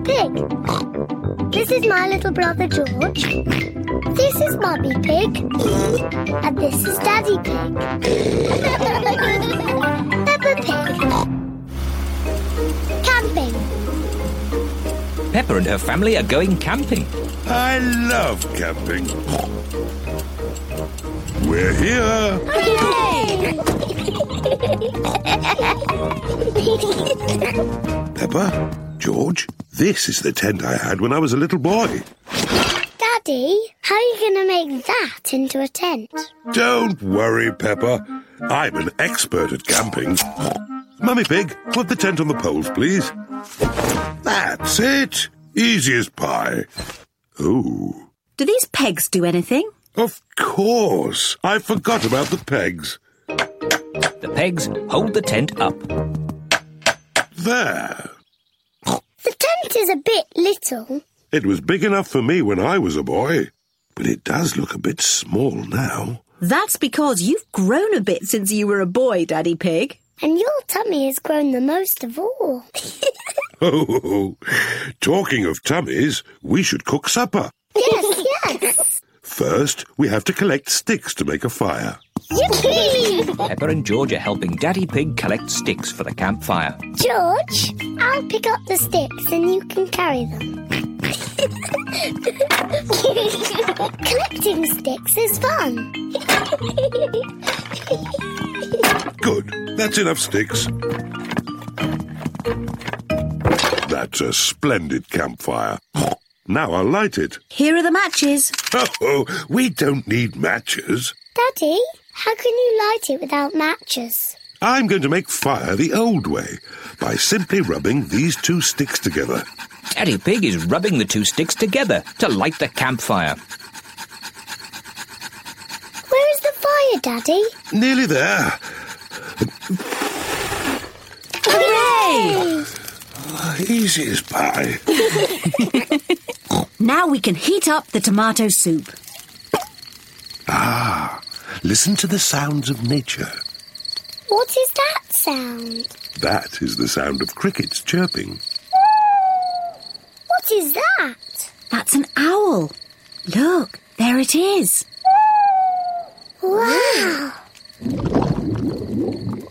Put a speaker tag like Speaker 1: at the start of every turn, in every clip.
Speaker 1: Pig. This is my little brother George. This is Mummy Pig. And this is Daddy Pig. Peppa Pig. Camping.
Speaker 2: Pepper and her family are going camping.
Speaker 3: I love camping. We're here. Peppa, George, this is the tent I had when I was a little boy.
Speaker 1: Daddy, how are you going to make that into a tent?
Speaker 3: Don't worry, Peppa. I'm an expert at camping. Mummy Pig, put the tent on the poles, please. That's it. Easy as pie. Oh,
Speaker 4: Do these pegs do anything?
Speaker 3: of course. I forgot about the pegs.
Speaker 2: The pegs hold the tent up.
Speaker 3: There.
Speaker 1: The tent is a bit little.
Speaker 3: It was big enough for me when I was a boy, but it does look a bit small now.
Speaker 4: That's because you've grown a bit since you were a boy, Daddy Pig.
Speaker 1: And your tummy has grown the most of all.
Speaker 3: Oh, talking of tummies, we should cook supper.
Speaker 1: yes, yes.
Speaker 3: First, we have to collect sticks to make a fire.
Speaker 1: Yippee!
Speaker 2: Pepper and George are helping Daddy Pig collect sticks for the campfire.
Speaker 1: George, I'll pick up the sticks and you can carry them. Collecting sticks is fun.
Speaker 3: Good. That's enough sticks. That's a splendid campfire. Now I'll light it.
Speaker 4: Here are the matches.
Speaker 3: Oh, we don't need matches.
Speaker 1: Daddy, how can you light it without matches?
Speaker 3: I'm going to make fire the old way by simply rubbing these two sticks together.
Speaker 2: Daddy Pig is rubbing the two sticks together to light the campfire.
Speaker 1: Where is the fire, Daddy?
Speaker 3: Nearly there.
Speaker 4: Hooray!
Speaker 3: Easy as pie.
Speaker 4: Now we can heat up the tomato soup.
Speaker 3: Listen to the sounds of nature.
Speaker 1: What is that sound?
Speaker 3: That is the sound of crickets chirping.
Speaker 1: What is that?
Speaker 4: That's an owl. Look, there it is.
Speaker 1: Wow! And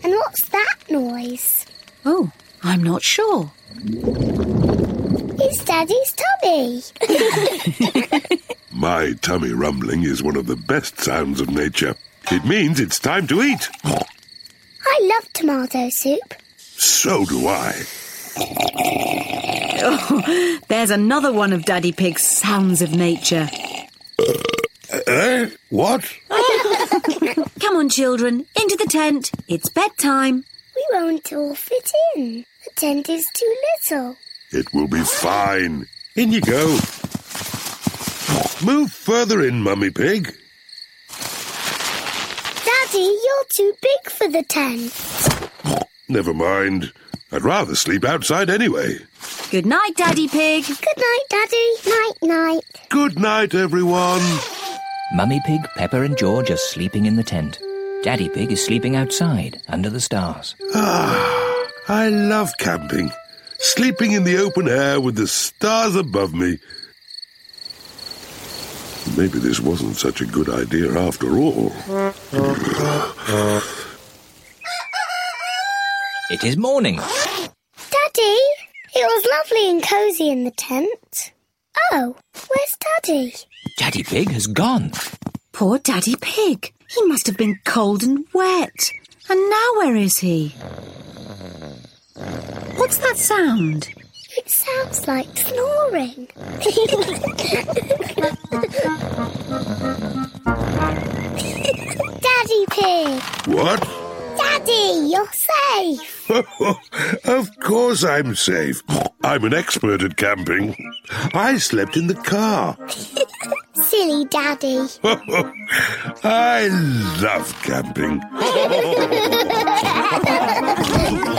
Speaker 1: what's that noise?
Speaker 4: Oh, I'm not sure.
Speaker 1: It's Daddy's tummy.
Speaker 3: My tummy rumbling is one of the best sounds of nature. It means it's time to eat.
Speaker 1: I love tomato soup.
Speaker 3: So do I.
Speaker 4: There's another one of Daddy Pig's sounds of nature.
Speaker 3: Eh? What?
Speaker 4: Come on, children, into the tent. It's bedtime.
Speaker 1: We won't all fit in. The tent is too little.
Speaker 3: It will be fine. In you go. Move further in, Mummy Pig.
Speaker 1: Daddy, you're too big for the tent.
Speaker 3: Never mind. I'd rather sleep outside anyway.
Speaker 4: Good night, Daddy Pig.
Speaker 1: Good night, Daddy. Night, night.
Speaker 3: Good night, everyone.
Speaker 2: Mummy Pig, Pepper, and George are sleeping in the tent. Daddy Pig is sleeping outside under the stars.
Speaker 3: I love camping. Sleeping in the open air with the stars above me. Maybe this wasn't such a good idea after all.
Speaker 2: It is morning.
Speaker 1: Daddy, it was lovely and cozy in the tent. Oh, where's Daddy?
Speaker 2: Daddy Pig has gone.
Speaker 4: Poor Daddy Pig. He must have been cold and wet. And now where is he? What's that sound?
Speaker 1: It sounds like snoring. Daddy Pig,
Speaker 3: What?
Speaker 1: Daddy, you're safe.
Speaker 3: of course I'm safe. I'm an expert at camping. I slept in the car.
Speaker 1: Silly Daddy.
Speaker 3: I love camping.